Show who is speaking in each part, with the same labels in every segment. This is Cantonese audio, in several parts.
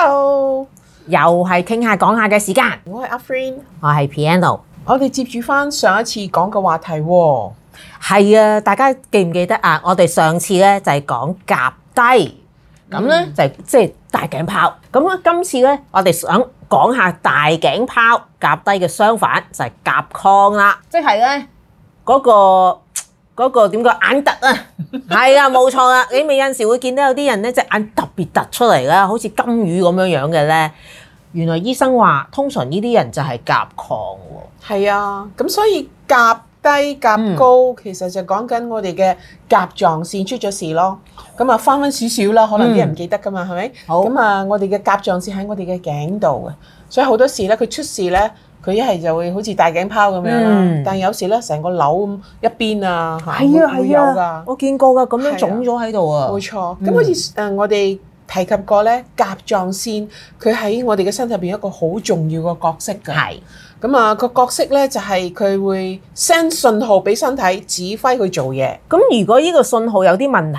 Speaker 1: Hello，
Speaker 2: 又係傾下講下嘅時間，
Speaker 1: 我係阿 Friend。
Speaker 2: 我係 Piano。
Speaker 1: 我哋接住翻上一次講嘅話題喎，
Speaker 2: 係啊，大家記唔記得啊？我哋上次咧就係講夾低，咁咧、就係即係大頸泡。咁咧今次咧，我哋想講下大頸泡夾低嘅相反就係夾框啦，即係咧嗰個。嗰個點講眼突啊，係啊冇錯啊！你咪有陣時會見到有啲人咧隻眼特別突出嚟啦，好似金魚咁樣樣嘅咧。原來醫生話，通常呢啲人就係夾框喎。
Speaker 1: 係啊，咁所以夾低夾高，其實就講緊我哋嘅甲狀腺出咗事咯。咁啊，翻翻少少啦，可能啲人唔記得噶嘛，係咪？
Speaker 2: 好
Speaker 1: 咁啊，我哋嘅甲狀腺喺我哋嘅頸度嘅，所以好多時咧，佢出事咧，佢一係就會好似大頸泡咁樣啦，
Speaker 2: 嗯
Speaker 1: 但有時咧成個瘤咁一邊啊，嚇
Speaker 2: 係啊
Speaker 1: 會會
Speaker 2: 係
Speaker 1: 有㗎
Speaker 2: 啊，。我見過噶，咁
Speaker 1: 係啊
Speaker 2: 樣腫咗喺度啊
Speaker 1: 冇。錯，咁好似誒我哋提及過咧，甲狀腺佢喺我哋嘅身體入邊一個好重要嘅角色㗎。
Speaker 2: 係
Speaker 1: 咁啊，個角色咧就係佢會 send 信號俾身體，指揮佢做嘢。
Speaker 2: 咁如果呢個信號有啲問題，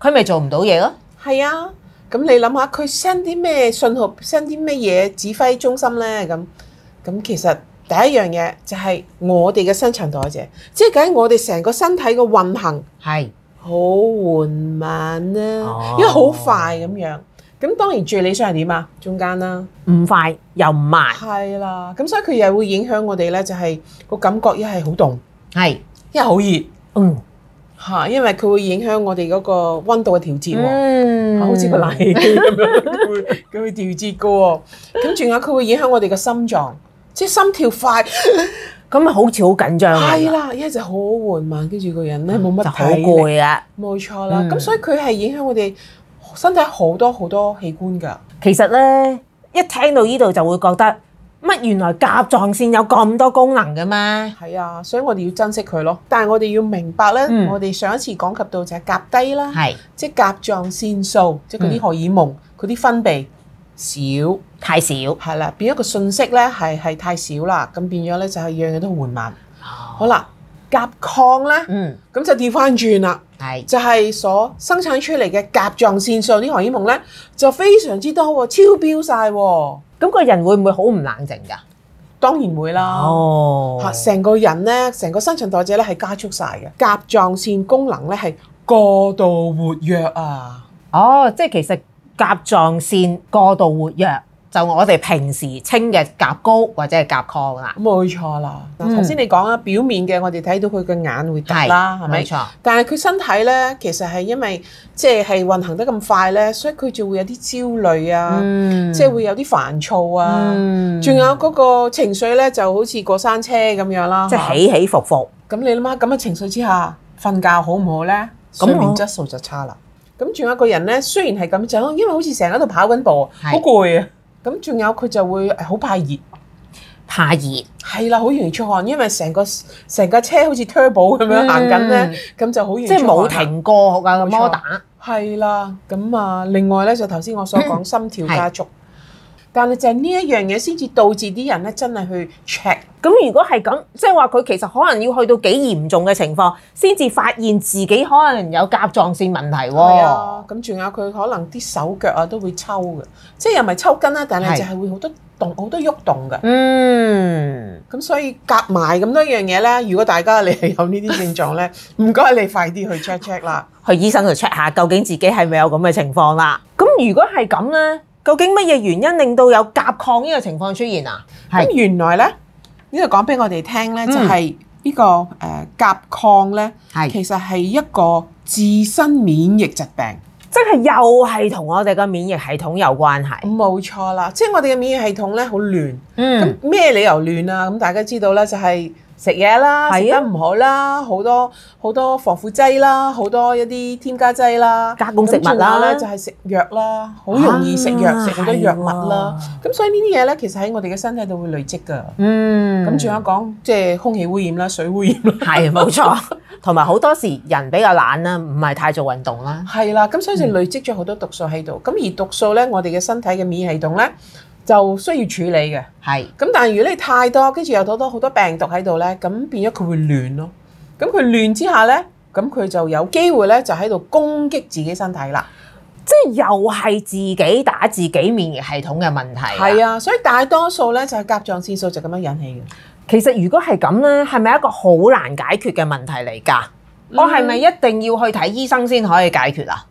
Speaker 2: 佢咪做唔到嘢咯？
Speaker 1: 係啊，咁你諗下佢 send 啲咩信號，send 啲咩嘢指揮中心咧？咁咁其實第一樣嘢就係我哋嘅新陳代謝，即係緊我哋成個身體嘅運行。
Speaker 2: 係
Speaker 1: 好緩慢啦、
Speaker 2: 哦
Speaker 1: 因為好快咁樣。咁當然最理想係點啊？中間啦，
Speaker 2: 唔快又唔慢，
Speaker 1: 係啦。咁所以佢又會影響我哋咧，就係、個感覺一係好
Speaker 2: 嗯
Speaker 1: 凍，
Speaker 2: 係
Speaker 1: 一係好熱
Speaker 2: 嗯
Speaker 1: 嚇，因為佢會影響我哋嗰個温度嘅調節喎。
Speaker 2: 嗯
Speaker 1: 好似個 冷氣機咁樣，佢會佢會調節嘅喎。咁仲有佢會影響我哋嘅心臟，即係心跳快，
Speaker 2: 咁好似好緊張咁
Speaker 1: 係啦，一係就好緩慢，跟住個人咧冇乜
Speaker 2: 嗯就好
Speaker 1: 體力
Speaker 2: 攰啦。
Speaker 1: 冇錯啦，
Speaker 2: 嗯
Speaker 1: 咁、所以佢係影響我哋身體好多好多器官㗎。
Speaker 2: 其實咧，一聽到呢度就會覺得乜原來甲狀腺有咁多功能嘅咩？
Speaker 1: 係啊，所以我哋要珍惜佢咯。但係我哋要明白咧，
Speaker 2: 嗯
Speaker 1: 我哋上一次講及到就係甲低啦，
Speaker 2: 係
Speaker 1: 即係甲狀腺素，即係嗰啲
Speaker 2: 嗯
Speaker 1: 荷爾蒙，佢啲、分泌少，
Speaker 2: 太少，
Speaker 1: 係啦，變咗個信息咧係係太少啦，咁變咗咧就係樣樣都緩慢。好啦，甲亢咧，
Speaker 2: 嗯
Speaker 1: 咁就調翻轉啦。
Speaker 2: 係
Speaker 1: 就係所生產出嚟嘅甲狀腺素啲荷爾蒙咧，就非常之多喎，超標晒喎。
Speaker 2: 咁個人會唔會好唔冷靜㗎？
Speaker 1: 當然會啦。
Speaker 2: 哦
Speaker 1: 嚇，成個人咧，成個新陳代謝咧係加速晒嘅，甲狀腺功能咧係過度活躍啊！
Speaker 2: 哦，即係其實甲狀腺過度活躍，就我哋平時稱嘅甲高或者係甲亢啦。
Speaker 1: 冇錯啦。嗱、
Speaker 2: 嗯
Speaker 1: 頭先你講啊，表面嘅我哋睇到佢嘅眼會突啦，係咪啊
Speaker 2: 冇？錯，
Speaker 1: 但係佢身體咧，其實係因為即係係運行得咁快咧，所以佢就會有啲焦慮啊，
Speaker 2: 嗯
Speaker 1: 即係會有啲煩躁啊。
Speaker 2: 嗯
Speaker 1: 仲有嗰個情緒咧，就好似過山車咁樣啦。
Speaker 2: 即係起起伏伏，
Speaker 1: 咁你諗下，咁嘅情緒之下，瞓覺好唔好呢？
Speaker 2: 咁
Speaker 1: 睡眠
Speaker 2: 我
Speaker 1: 質素就差啦。咁仲有一個人呢，雖然係咁就，因為好似成日喺度跑緊步，
Speaker 2: 係
Speaker 1: 好攰啊。咁仲有佢就會誒好怕熱，
Speaker 2: 怕熱，
Speaker 1: 係啦，好容易出汗，因為成個成架車好似 turbo 咁樣行緊呢，咁就好容易
Speaker 2: 即係
Speaker 1: 出汗
Speaker 2: 冇
Speaker 1: 啦。
Speaker 2: 停過㗎個
Speaker 1: 嗯冇錯
Speaker 2: 摩打。
Speaker 1: 係啦，咁啊，另外呢，就頭先我所 講心跳加速，但係就係呢一樣嘢先至導致啲人呢真係去 check
Speaker 2: 咁如果係咁，即係話佢其實可能要去到幾嚴重嘅情況，先至發現自己可能有甲狀腺問題
Speaker 1: 係
Speaker 2: 喎
Speaker 1: 啊，。咁仲有佢可能啲手腳啊都會抽嘅，即係又唔係抽筋啦，但係
Speaker 2: 係
Speaker 1: 就係會好多動好多喐動嘅。
Speaker 2: 嗯，
Speaker 1: 咁所以夾埋咁多樣嘢咧，如果大家你係有呢 啲症狀咧，唔該你快啲去 check check 啦。
Speaker 2: 去醫生度 check 下，究竟自己係咪有咁嘅情況啦。咁如果係咁呢，究竟乜嘢原因令到有甲亢呢個情況出現啊？
Speaker 1: 咁原來咧，呢度講俾我哋聽咧，就係呢個誒甲亢咧，
Speaker 2: 嗯係
Speaker 1: 其實係一個自身免疫疾病。
Speaker 2: 即係又係同我哋嘅免疫系統有關係。
Speaker 1: 冇錯啦，即係我哋嘅免疫系統咧好亂。
Speaker 2: 嗯，
Speaker 1: 咁咩理由亂啊？咁大家知道啦，就係食嘢啦，食
Speaker 2: 係啊
Speaker 1: 得唔好啦，好多好多防腐劑啦，好多一啲添加劑啦，
Speaker 2: 加工食物啦
Speaker 1: 咁仲有呢就係食藥啦，好容易食藥，
Speaker 2: 啊
Speaker 1: 食好多藥物啦。咁所以呢啲嘢咧，其實喺我哋嘅身體度會累積㗎。
Speaker 2: 嗯，
Speaker 1: 咁仲有講即係空氣污染啦、水污染 啦，
Speaker 2: 係冇錯，同埋好多時人比較懶啦，唔係太做運動啦。
Speaker 1: 係啦，咁所
Speaker 2: 嗯
Speaker 1: 以就累積咗好多毒素喺度。咁而毒素咧，我哋嘅身體嘅免疫系統咧就需要處理嘅。
Speaker 2: 係
Speaker 1: 咁但係如果你太多，跟住又多多好多病毒喺度咧，咁變咗佢會亂咯。咁佢亂之下咧，咁佢就有機會咧就喺度攻擊自己身體啦。
Speaker 2: 即係又係自己打自己免疫系統嘅問題。
Speaker 1: 係啊，所以大多數咧就係甲狀腺素就咁樣引起嘅。
Speaker 2: 其實如果係咁咧，係咪一個好難解決嘅問題嚟㗎？我係咪一定要去睇醫生先可以解決啊？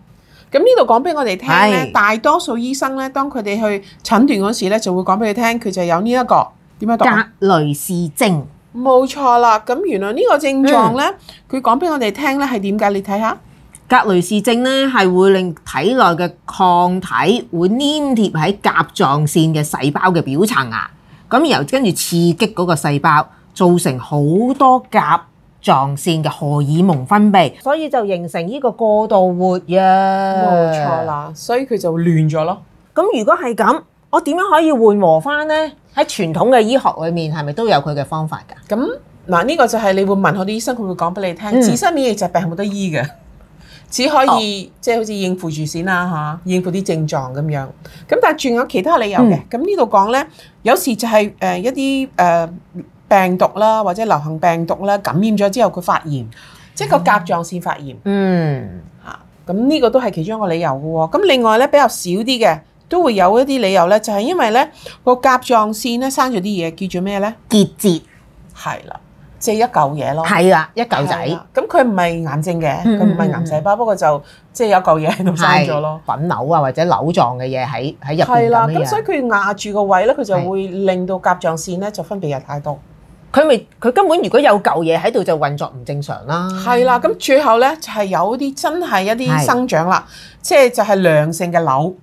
Speaker 1: 咁呢度講俾我哋聽咧，
Speaker 2: 係
Speaker 1: 大多數醫生咧，當佢哋去診斷嗰時咧，就會講俾佢聽，佢就有呢、一個點樣讀啊？
Speaker 2: 格雷氏症
Speaker 1: 冇錯啦。咁原來呢個症狀咧，佢講俾我哋聽咧係點解？你睇下，
Speaker 2: 格雷氏症咧係會令體內嘅抗體會黏貼喺甲狀腺嘅細胞嘅表層啊，咁然後跟住刺激嗰個細胞，造成好多甲狀腺嘅荷爾蒙分泌，所以就形成呢個過度活躍。冇
Speaker 1: 冇錯。啦，所以佢就亂咗咯。
Speaker 2: 咁如果係咁，我點樣可以緩和翻呢？喺傳統嘅醫學裏面，係咪都有佢嘅方法㗎？
Speaker 1: 咁嗱，呢、個就係你會問我啲醫生，佢會講俾你聽，
Speaker 2: 嗯
Speaker 1: 自身免疫疾病係冇得醫嘅，只可以、即係好似應付住先啦嚇，應付啲症狀咁樣。咁但係仲有其他理由嘅。咁呢度講呢，有時就係、呃一啲誒、呃病毒啦，或者流行病毒啦，感染咗之後佢發炎，即係個甲狀腺發炎
Speaker 2: 嗯，
Speaker 1: 嚇。咁呢、個都係其中一個理由嘅喎。咁另外呢，比較少啲嘅，都會有一啲理由呢，就係、因為呢個甲狀腺呢生咗啲嘢叫做咩呢？
Speaker 2: 結節
Speaker 1: 係啦，即係一嚿嘢咯。
Speaker 2: 係啦，一嚿
Speaker 1: 係
Speaker 2: 仔
Speaker 1: 啦。咁佢唔係癌症嘅，
Speaker 2: 嗯
Speaker 1: 佢唔係癌細胞，不過就即係有嚿嘢喺度生咗咯。
Speaker 2: 係粉瘤啊，或者瘤狀嘅嘢喺喺入邊
Speaker 1: 係啦，
Speaker 2: 咁樣
Speaker 1: 咁所以
Speaker 2: 樣。
Speaker 1: 佢壓住個位咧，佢就會令到甲狀腺咧就分泌日太多。
Speaker 2: 佢咪佢根本如果有嚿嘢喺度就運作唔正常啦。
Speaker 1: 係啦，咁最後咧就係有啲真係一啲
Speaker 2: 嗯係
Speaker 1: 生長啦，即係就係良性嘅瘤。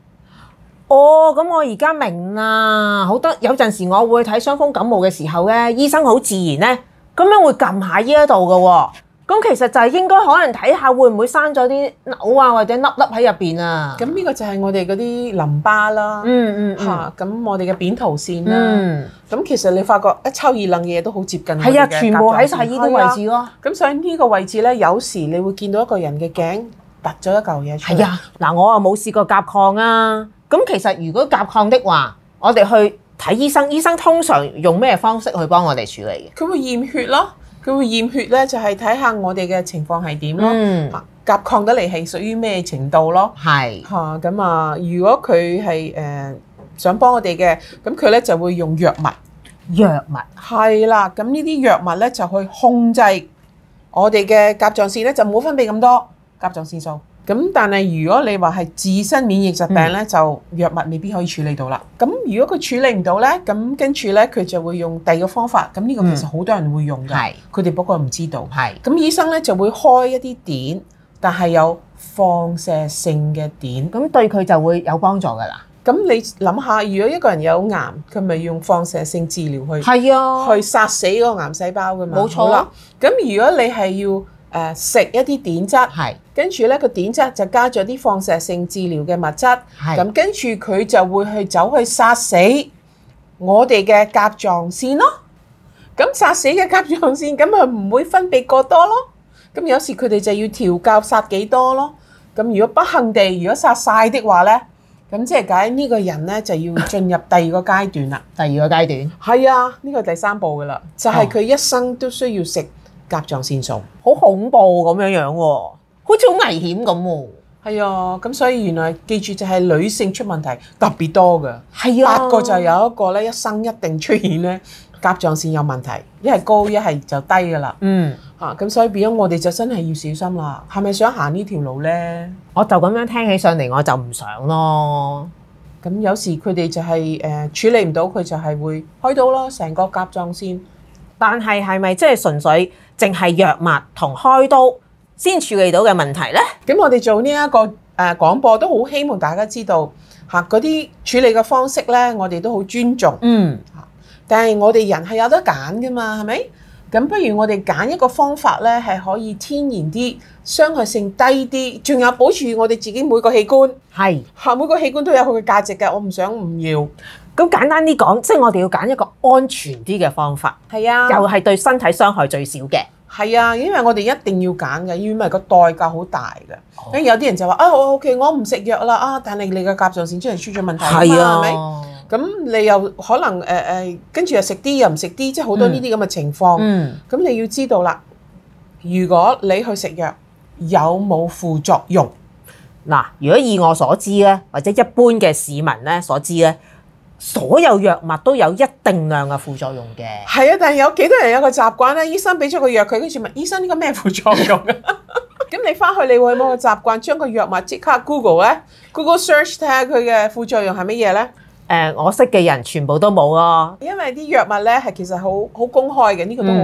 Speaker 2: 哦，咁我而家明啦，好多有陣時我會睇傷風感冒嘅時候咧，醫生好自然咧，咁樣會撳下呢一度嘅喎。咁其實就係應該可能睇下會唔會生咗啲瘤啊，或者粒粒喺入邊啊。
Speaker 1: 咁呢個就係我哋嗰啲淋巴啦，
Speaker 2: 嗯嗯嗯
Speaker 1: 嚇咁我哋嘅扁桃腺啦。
Speaker 2: 嗯，
Speaker 1: 咁其實你發覺一抽二楞嘅嘢都好接近我哋嘅
Speaker 2: 係啊，
Speaker 1: 甲狀
Speaker 2: 全部喺
Speaker 1: 腺
Speaker 2: 晒呢啲位。
Speaker 1: 係啊
Speaker 2: 置咯。
Speaker 1: 咁所以呢個位置咧，有時你會見到一個人嘅頸突咗一嚿嘢出嚟。
Speaker 2: 係啊，嗱，我啊冇試過甲亢啊。咁其實如果甲亢的話，我哋去睇醫生，醫生通常用咩方式去幫我哋處理嘅？
Speaker 1: 佢會驗血咯，佢會驗血咧就係睇下我哋嘅情況係點咯，
Speaker 2: 嗯，
Speaker 1: 啊甲亢得嚟係屬於咩程度咯
Speaker 2: 係。
Speaker 1: 嚇咁啊！如果佢係誒想幫我哋嘅，咁佢咧就會用藥物
Speaker 2: 藥物
Speaker 1: 係啦。咁呢啲藥物咧就去控制我哋嘅甲狀腺咧，就冇分泌咁多甲狀腺素。咁但係如果你話係自身免疫疾病
Speaker 2: 嗯
Speaker 1: 咧，就藥物未必可以處理到啦。咁如果佢處理唔到咧，咁跟住咧佢就會用第二個方法。咁呢個其實好多人會用㗎。
Speaker 2: 嗯係
Speaker 1: 佢哋不過唔知道。
Speaker 2: 係
Speaker 1: 咁醫生咧就會開一啲碘，但係有放射性嘅碘。
Speaker 2: 咁對佢就會有幫助㗎啦。
Speaker 1: 咁你諗下，如果一個人有癌，佢咪用放射性治療去
Speaker 2: 係啊
Speaker 1: 去殺死嗰個癌細胞㗎嘛？
Speaker 2: 冇錯
Speaker 1: 好啦。咁如果你係要誒、呃食一啲碘質，
Speaker 2: 係
Speaker 1: 跟住咧個碘質就加咗啲放射性治療嘅物質，
Speaker 2: 係
Speaker 1: 咁跟住佢就會去走去殺死我哋嘅甲狀腺咯。咁殺死嘅甲狀腺，咁佢唔會分泌過多咯。咁有時佢哋就要調教殺幾多咯。咁如果不幸地，如果殺晒的話呢，咁即係解呢個人呢就要進入第二個階段啦。
Speaker 2: 第二個階段，
Speaker 1: 係啊，呢個第三步噶啦，就係、佢一生都需要食甲狀腺素。
Speaker 2: 好恐怖咁樣樣喎，好似好危險咁喎。
Speaker 1: 係啊，咁所以原來記住就係女性出問題特別多㗎。
Speaker 2: 係啊
Speaker 1: 八個就有一個咧，一生一定出現咧甲狀腺有問題，一係高一係就低㗎啦。
Speaker 2: 嗯。
Speaker 1: 嚇、咁所以變咗我哋就真係要小心啦。係咪想行呢條路咧？
Speaker 2: 我就咁樣聽起上嚟，我就唔想咯。
Speaker 1: 咁有時佢哋就係、誒、處理唔到，佢就係會呃開刀咯，成個甲狀腺。
Speaker 2: 但係係咪即係純粹淨係藥物同開刀先處理到嘅問題呢？
Speaker 1: 咁我哋做呢、一個誒、呃、廣播都好希望大家知道嚇嗰啲處理嘅方式咧，我哋都好尊重。
Speaker 2: 嗯，
Speaker 1: 但係我哋人係有得揀噶嘛，係咪？咁不如我哋揀一個方法咧，係可以天然啲、傷害性低啲，仲有保住我哋自己每個器官
Speaker 2: 係。
Speaker 1: 嚇，每個器官都有佢嘅價值㗎。我唔想唔要。
Speaker 2: 咁簡單啲講，即係我哋要揀一個安全啲嘅方法，
Speaker 1: 係啊
Speaker 2: 又係對身體傷害最少嘅。
Speaker 1: 係啊，因為我哋一定要揀嘅，因為個代價好大嘅。
Speaker 2: 哦
Speaker 1: 因為有啲人就話啊，我 OK，我唔食藥啦啊，但係你嘅甲狀腺真係出咗問題啊嘛，係咪？
Speaker 2: 咪？
Speaker 1: 咁你又可能誒誒、呃跟住又食啲又唔食啲，即係好多呢啲咁嘅情況。
Speaker 2: 嗯，
Speaker 1: 咁你要知道啦，如果你去食藥有冇副作用？
Speaker 2: 嗱，如果以我所知咧，或者一般嘅市民咧所知咧，所有藥物都有一定量嘅副作用嘅。
Speaker 1: 係啊，但係有幾多人有個習慣咧？醫生俾咗個藥佢，跟住問醫生呢個咩副作用啊？ 咁你翻去你會有冇個習慣將個藥物即刻 Google 咧？Google search 睇下佢嘅副作用係乜嘢咧？
Speaker 2: 誒、我識嘅人全部都冇咯，
Speaker 1: 因為啲藥物咧係其實好好公開嘅，呢、個都好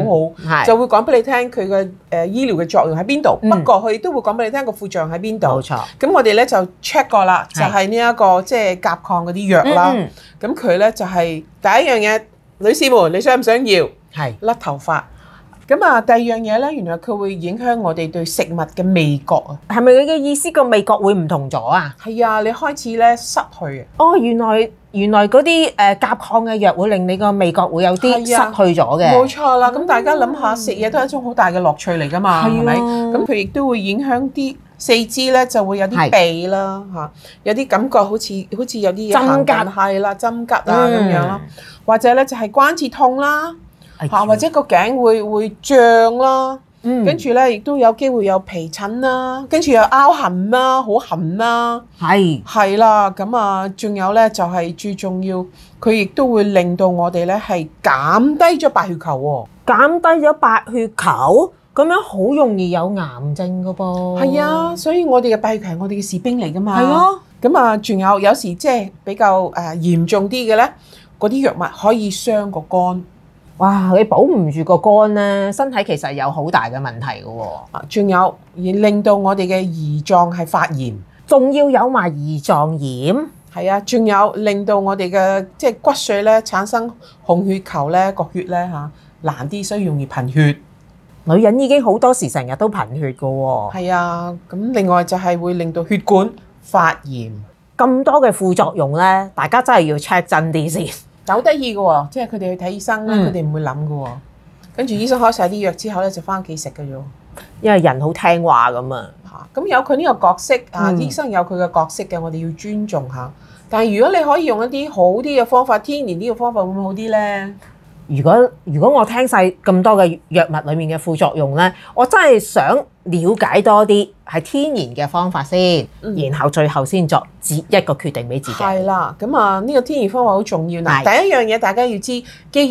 Speaker 1: 好。
Speaker 2: 係
Speaker 1: 就會講俾你聽佢嘅誒醫療嘅作用喺邊度，
Speaker 2: 嗯
Speaker 1: 不過佢都會講俾你聽個副作用喺邊
Speaker 2: 冇
Speaker 1: 度。
Speaker 2: 錯。
Speaker 1: 咁我哋咧就 check 過啦，就
Speaker 2: 係
Speaker 1: 係呢一個即係甲亢嗰啲藥啦。
Speaker 2: 嗯，
Speaker 1: 咁佢咧就係、第一樣嘢，女士們你想唔想要
Speaker 2: 係
Speaker 1: 甩頭髮？咁啊，第二樣嘢咧，原來佢會影響我哋對食物嘅味覺啊。
Speaker 2: 係咪佢嘅意思個味覺會唔同咗啊？
Speaker 1: 係啊，你開始咧失去啊。
Speaker 2: 哦，原來原來嗰啲誒甲亢嘅藥會令你個味覺會有啲失
Speaker 1: 係啊
Speaker 2: 去咗嘅。
Speaker 1: 冇錯啦，咁大家諗下食嘢都係一種好大嘅樂趣嚟㗎嘛，
Speaker 2: 係啊
Speaker 1: 係咪？咁佢亦都會影響啲四肢咧，就會有啲
Speaker 2: 係
Speaker 1: 痹啦嚇，有啲感覺好似好似有啲嘢
Speaker 2: 針
Speaker 1: 行緊
Speaker 2: 拮
Speaker 1: 係啦，針拮啊
Speaker 2: 嗯
Speaker 1: 咁樣啦，或者咧就係關節痛啦
Speaker 2: 哎
Speaker 1: 嚇，或者個頸會會脹啦，
Speaker 2: 嗯
Speaker 1: 跟住咧亦都有機會有皮疹啦，跟住又拗痕啦，好痕啦。
Speaker 2: 係
Speaker 1: 係啦，咁啊，仲有咧就係、最重要，佢亦都會令到我哋咧係減低咗白血球喎、
Speaker 2: 哦減低咗白血球，咁樣好容易有癌症噶噃。
Speaker 1: 係啊，，所以我哋嘅白血球係我哋嘅士兵嚟噶嘛。
Speaker 2: 係。咯，
Speaker 1: 咁啊，仲有有時即係比較誒、呃、嚴重啲嘅咧，嗰啲藥物可以傷個肝。
Speaker 2: 哇！你保唔住個肝咧，身體其實有好大嘅問題嘅喎。
Speaker 1: 啊仲有而令到我哋嘅胰臟係發炎。
Speaker 2: 仲要有埋胰臟炎，
Speaker 1: 係啊，仲有令到我哋嘅即係骨髓咧產生紅血球咧，個血咧嚇、難啲，所以容易貧血。
Speaker 2: 女人已經好多時成日都貧血嘅喎，
Speaker 1: 係啊，咁另外就係會令到血管發炎。
Speaker 2: 咁多嘅副作用咧，大家真係要 check 真啲先。
Speaker 1: 但好得意嘅喎，即係佢哋去睇醫生咧，
Speaker 2: 嗯
Speaker 1: 佢哋唔會諗嘅喎。跟住醫生開晒啲藥之後咧，就翻屋企食嘅啫喎。
Speaker 2: 因為人好聽話咁啊，
Speaker 1: 嚇咁有佢呢個角色啊，
Speaker 2: 嗯
Speaker 1: 醫生有佢嘅角色嘅，我哋要尊重下。但係如果你可以用一啲好啲嘅方法，天然啲嘅方法會唔會好啲咧？
Speaker 2: 如果如果我聽晒咁多嘅藥物裡面嘅副作用呢，我真係想了解多啲係天然嘅方法先，
Speaker 1: 嗯
Speaker 2: 然後最後先作自一個決定俾自己。
Speaker 1: 係啦，咁啊呢個天然方法好重要嗱。
Speaker 2: 係
Speaker 1: 第一樣嘢大家要知，既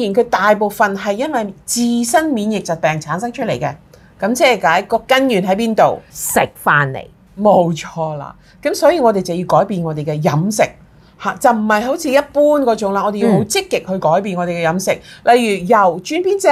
Speaker 1: 然佢大部分係因為自身免疫疾病產生出嚟嘅，咁即係解個根源喺邊度？
Speaker 2: 食翻嚟，
Speaker 1: 冇錯啦，咁所以我哋就要改變我哋嘅飲食嚇，就唔係好似一般嗰種啦。我哋要好積極去改變我哋嘅飲食，例如油轉邊隻，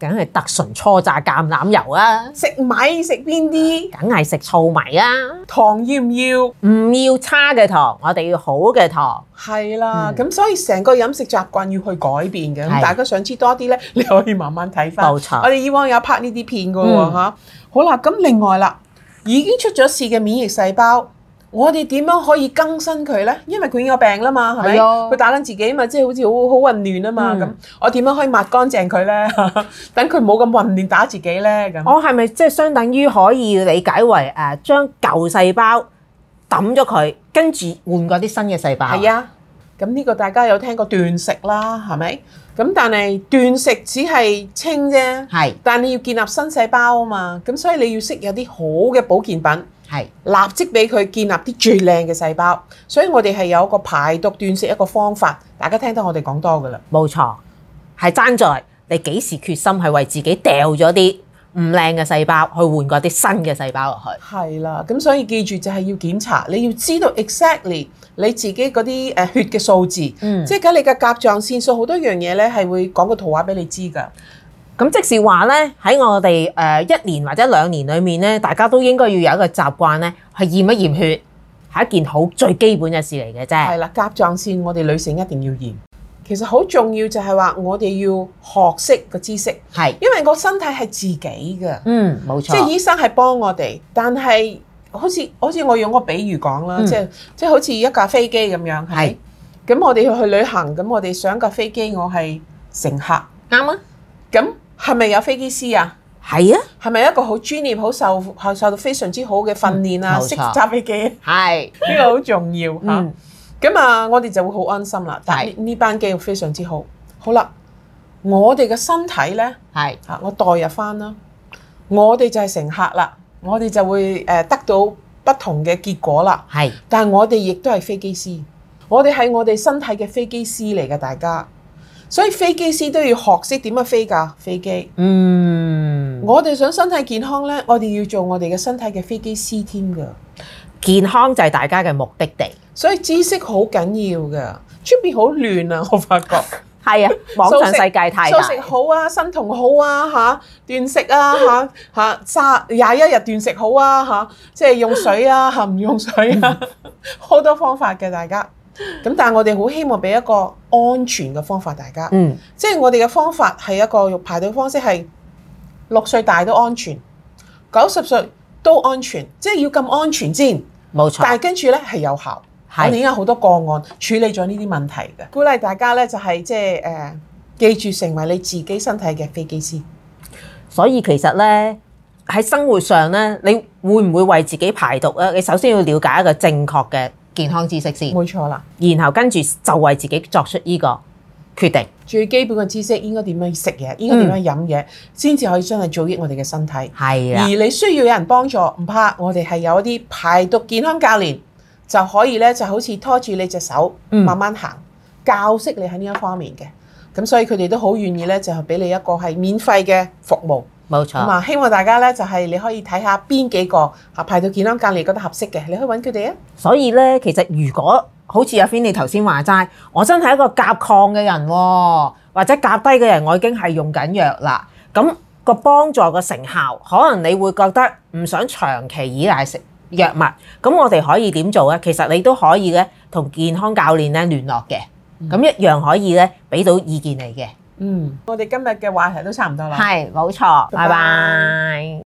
Speaker 2: 梗係特純初榨橄欖油啊，
Speaker 1: 食米食邊啲，
Speaker 2: 梗係食糙米啊，
Speaker 1: 糖要唔要？
Speaker 2: 唔要差嘅糖，我哋要好嘅糖。
Speaker 1: 係啦，
Speaker 2: 嗯
Speaker 1: 咁、所以成個飲食習慣要去改變嘅。
Speaker 2: 係
Speaker 1: 咁大家想知多啲呢， 你可以慢慢睇翻。
Speaker 2: 冇錯
Speaker 1: 我哋以往有拍呢啲片嘅喎
Speaker 2: 嗯
Speaker 1: 嚇好啦，咁另外啦，已經出咗事嘅免疫細胞，我哋點樣可以更新佢呢？因為佢已經有病啦嘛，係咪？
Speaker 2: 係啊
Speaker 1: 佢打緊自己嘛，即係好似好好混亂啊嘛。
Speaker 2: 嗯
Speaker 1: 咁、我點樣可以抹乾淨佢呢？ 等佢冇咁混亂打自己呢？咁。
Speaker 2: 我係咪即係相等於可以理解為誒、呃、將舊細胞抌咗佢，跟住換嗰啲新嘅細胞？
Speaker 1: 係啊，咁呢個大家有聽過斷食啦，係咪？咁但係斷食只係清啫，
Speaker 2: 係
Speaker 1: 但你要建立新細胞啊嘛，咁所以你要識有啲好嘅保健品，
Speaker 2: 係
Speaker 1: 立即俾佢建立啲最靚嘅細胞。所以我哋係有一個排毒斷食一個方法，大家聽得我哋講多噶啦。
Speaker 2: 冇錯，係爭在你幾時決心係為自己掉咗啲唔靚嘅細胞，去換嗰啲新嘅細胞落去。
Speaker 1: 係啦，咁所以記住就係要檢查，你要知道 exactly 你自己嗰啲誒血嘅數字，
Speaker 2: 嗯
Speaker 1: 即係梗係你嘅甲狀腺素好多樣嘢咧係會講個圖畫俾你知㗎。
Speaker 2: 咁即是話咧，喺我哋誒、呃一年或者兩年裏面咧，大家都應該要有一個習慣咧，係驗一驗血，係一件好最基本嘅事嚟嘅啫
Speaker 1: 係。啦，甲狀腺我哋女性一定要驗。其實好重要就係話，我哋要學識個知識，
Speaker 2: 係，
Speaker 1: 因為個身體係自己嘅，
Speaker 2: 嗯，冇
Speaker 1: 即係
Speaker 2: 錯，
Speaker 1: 醫生係幫我哋，但係好似好似我用個比喻講啦，
Speaker 2: 嗯
Speaker 1: 即係即係好似一架飛機咁樣，係咪
Speaker 2: 係
Speaker 1: 咁我哋去旅行，咁我哋上架飛機，我係乘客，
Speaker 2: 啱啊，
Speaker 1: 咁係咪有飛機師啊？
Speaker 2: 係啊，
Speaker 1: 係咪一個好專業、好受係受到非常之好嘅訓練啊？
Speaker 2: 嗯冇錯
Speaker 1: 識揸飛機，呢
Speaker 2: 係，
Speaker 1: 個好重要嚇。
Speaker 2: 嗯，
Speaker 1: 咁啊，我哋就會好安心啦。但係呢班機非常之好。好啦，我哋嘅身體呢，
Speaker 2: 係，
Speaker 1: 啊呃嚇，我代入翻啦，我哋就係乘客啦，我哋就會誒得到不同嘅結果啦。
Speaker 2: 係
Speaker 1: 但係我哋亦都係飛機師，我哋係我哋身體嘅飛機師嚟嘅，大家。所以飛機師都要學識點樣飛㗎飛機。
Speaker 2: 嗯。
Speaker 1: 我哋想身體健康呢，我哋要做我哋嘅身體嘅飛機師添㗎。
Speaker 2: 健康就係大家嘅目的地。
Speaker 1: 所以知識好緊要㗎。出邊好亂啊！我發覺
Speaker 2: 係啊，網上世界太
Speaker 1: 素
Speaker 2: 大。
Speaker 1: 食好啊，生酮好啊，嚇、斷食啊，嚇嚇三廿一日斷食好啊，嚇、即係用水啊，嚇唔用水啊，
Speaker 2: 嗯
Speaker 1: 好多方法嘅大家。咁但係我哋好希望俾一個安全嘅方法大家，
Speaker 2: 嗯，
Speaker 1: 即係我哋嘅方法係一個排隊方式係六歲大都安全，九十歲都安全，即係要咁安全先。
Speaker 2: 冇錯。
Speaker 1: 但係跟住咧係有效，我哋
Speaker 2: 係
Speaker 1: 已經有好多個案處理咗呢啲問題嘅，鼓勵大家咧就係即係誒記住成為你自己身體嘅飛機師。
Speaker 2: 所以其實咧喺生活上咧，你會唔會為自己排毒咧？你首先要了解一個正確嘅健康知識先，
Speaker 1: 冇錯啦，
Speaker 2: 然後跟住就為自己作出呢個決定。
Speaker 1: 最基本嘅知識應該點樣食嘢，應該點樣飲
Speaker 2: 嗯
Speaker 1: 嘢，先至可以真係造益我哋嘅身體。
Speaker 2: 係
Speaker 1: 而
Speaker 2: 啦，
Speaker 1: 你需要有人幫助，唔怕，我哋係有一啲排毒健康教練就可以咧，就好似拖住你隻手
Speaker 2: 嗯
Speaker 1: 慢慢行，教識你喺呢一方面嘅。咁所以佢哋都好願意咧，就係俾你一個係免費嘅服務。
Speaker 2: 冇
Speaker 1: 咁
Speaker 2: 錯。
Speaker 1: 啊，希望大家咧就係你可以睇下邊幾個啊排到健康隔離覺得合適嘅，你可以揾佢哋啊。
Speaker 2: 所以咧，其實如果好似阿 Fin 你頭先話齋，我真係一個夾抗嘅人喎，或者夾低嘅人，我已經係用緊藥啦。咁、個幫助嘅成效，可能你會覺得唔想長期依賴食藥物。咁我哋可以點做咧？其實你都可以咧，同健康教練咧聯絡嘅，咁一樣可以咧俾到意見你嘅。
Speaker 1: 嗯，我哋今日嘅話題都差唔多啦。
Speaker 2: 係，冇錯，
Speaker 1: 拜拜
Speaker 2: 拜拜